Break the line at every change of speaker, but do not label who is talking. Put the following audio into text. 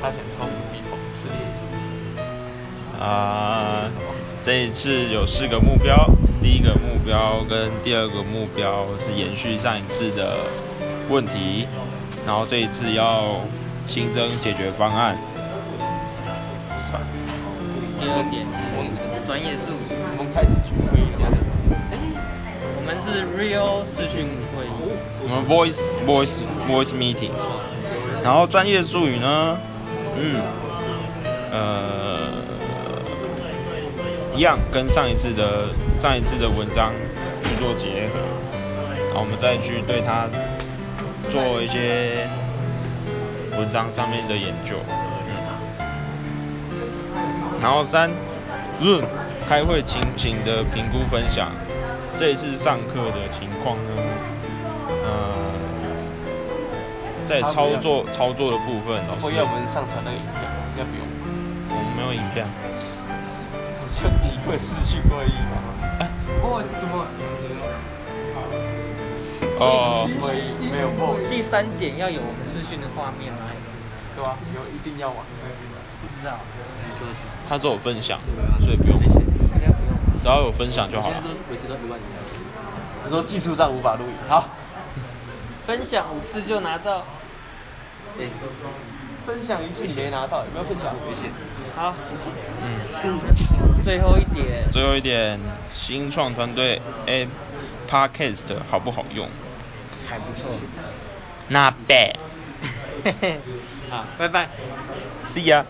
他想抽伏笔红系列
啊、
是什么？
这一次有四个目标，第一个目标跟第二个目标是延续上一次的问题，然后这一次要新增解决方案，是吧？
第二点是专业术语，
我们开始去会议聊聊。
我们是 real 视讯会议，
我们 voice voice voice meeting，然后专业术语呢，嗯，呃，一样跟上一次的上一次的文章去做结合，然后我们再去对它做一些文章上面的研究，嗯，然后三润开会情形的评估分享，这一次上课的情况呢？呃，在操作操作的部分，老
或
师，
要我们上传那个影片吗，要不用，
哦我们没有影片，
就一个视讯会议嘛。
Voice to voice，
哦，
会议没有 voice，
第三点要有我们视讯的画面吗？
对吧？有一定要玩。
不知道，
他是有分享，所以不用，
应该不用吧。
只要有分享就好了。
维持到一万以
你说技术上无法录影，好，
分享五次就拿到，
分享一次你没拿到，有没有分享？
危险，
好，
嗯，
最后一点，
最后一点，新创团队 A Podcast 好不好用
还不 错，
？Not bad，see
嘿嘿，好，拜拜。
ya。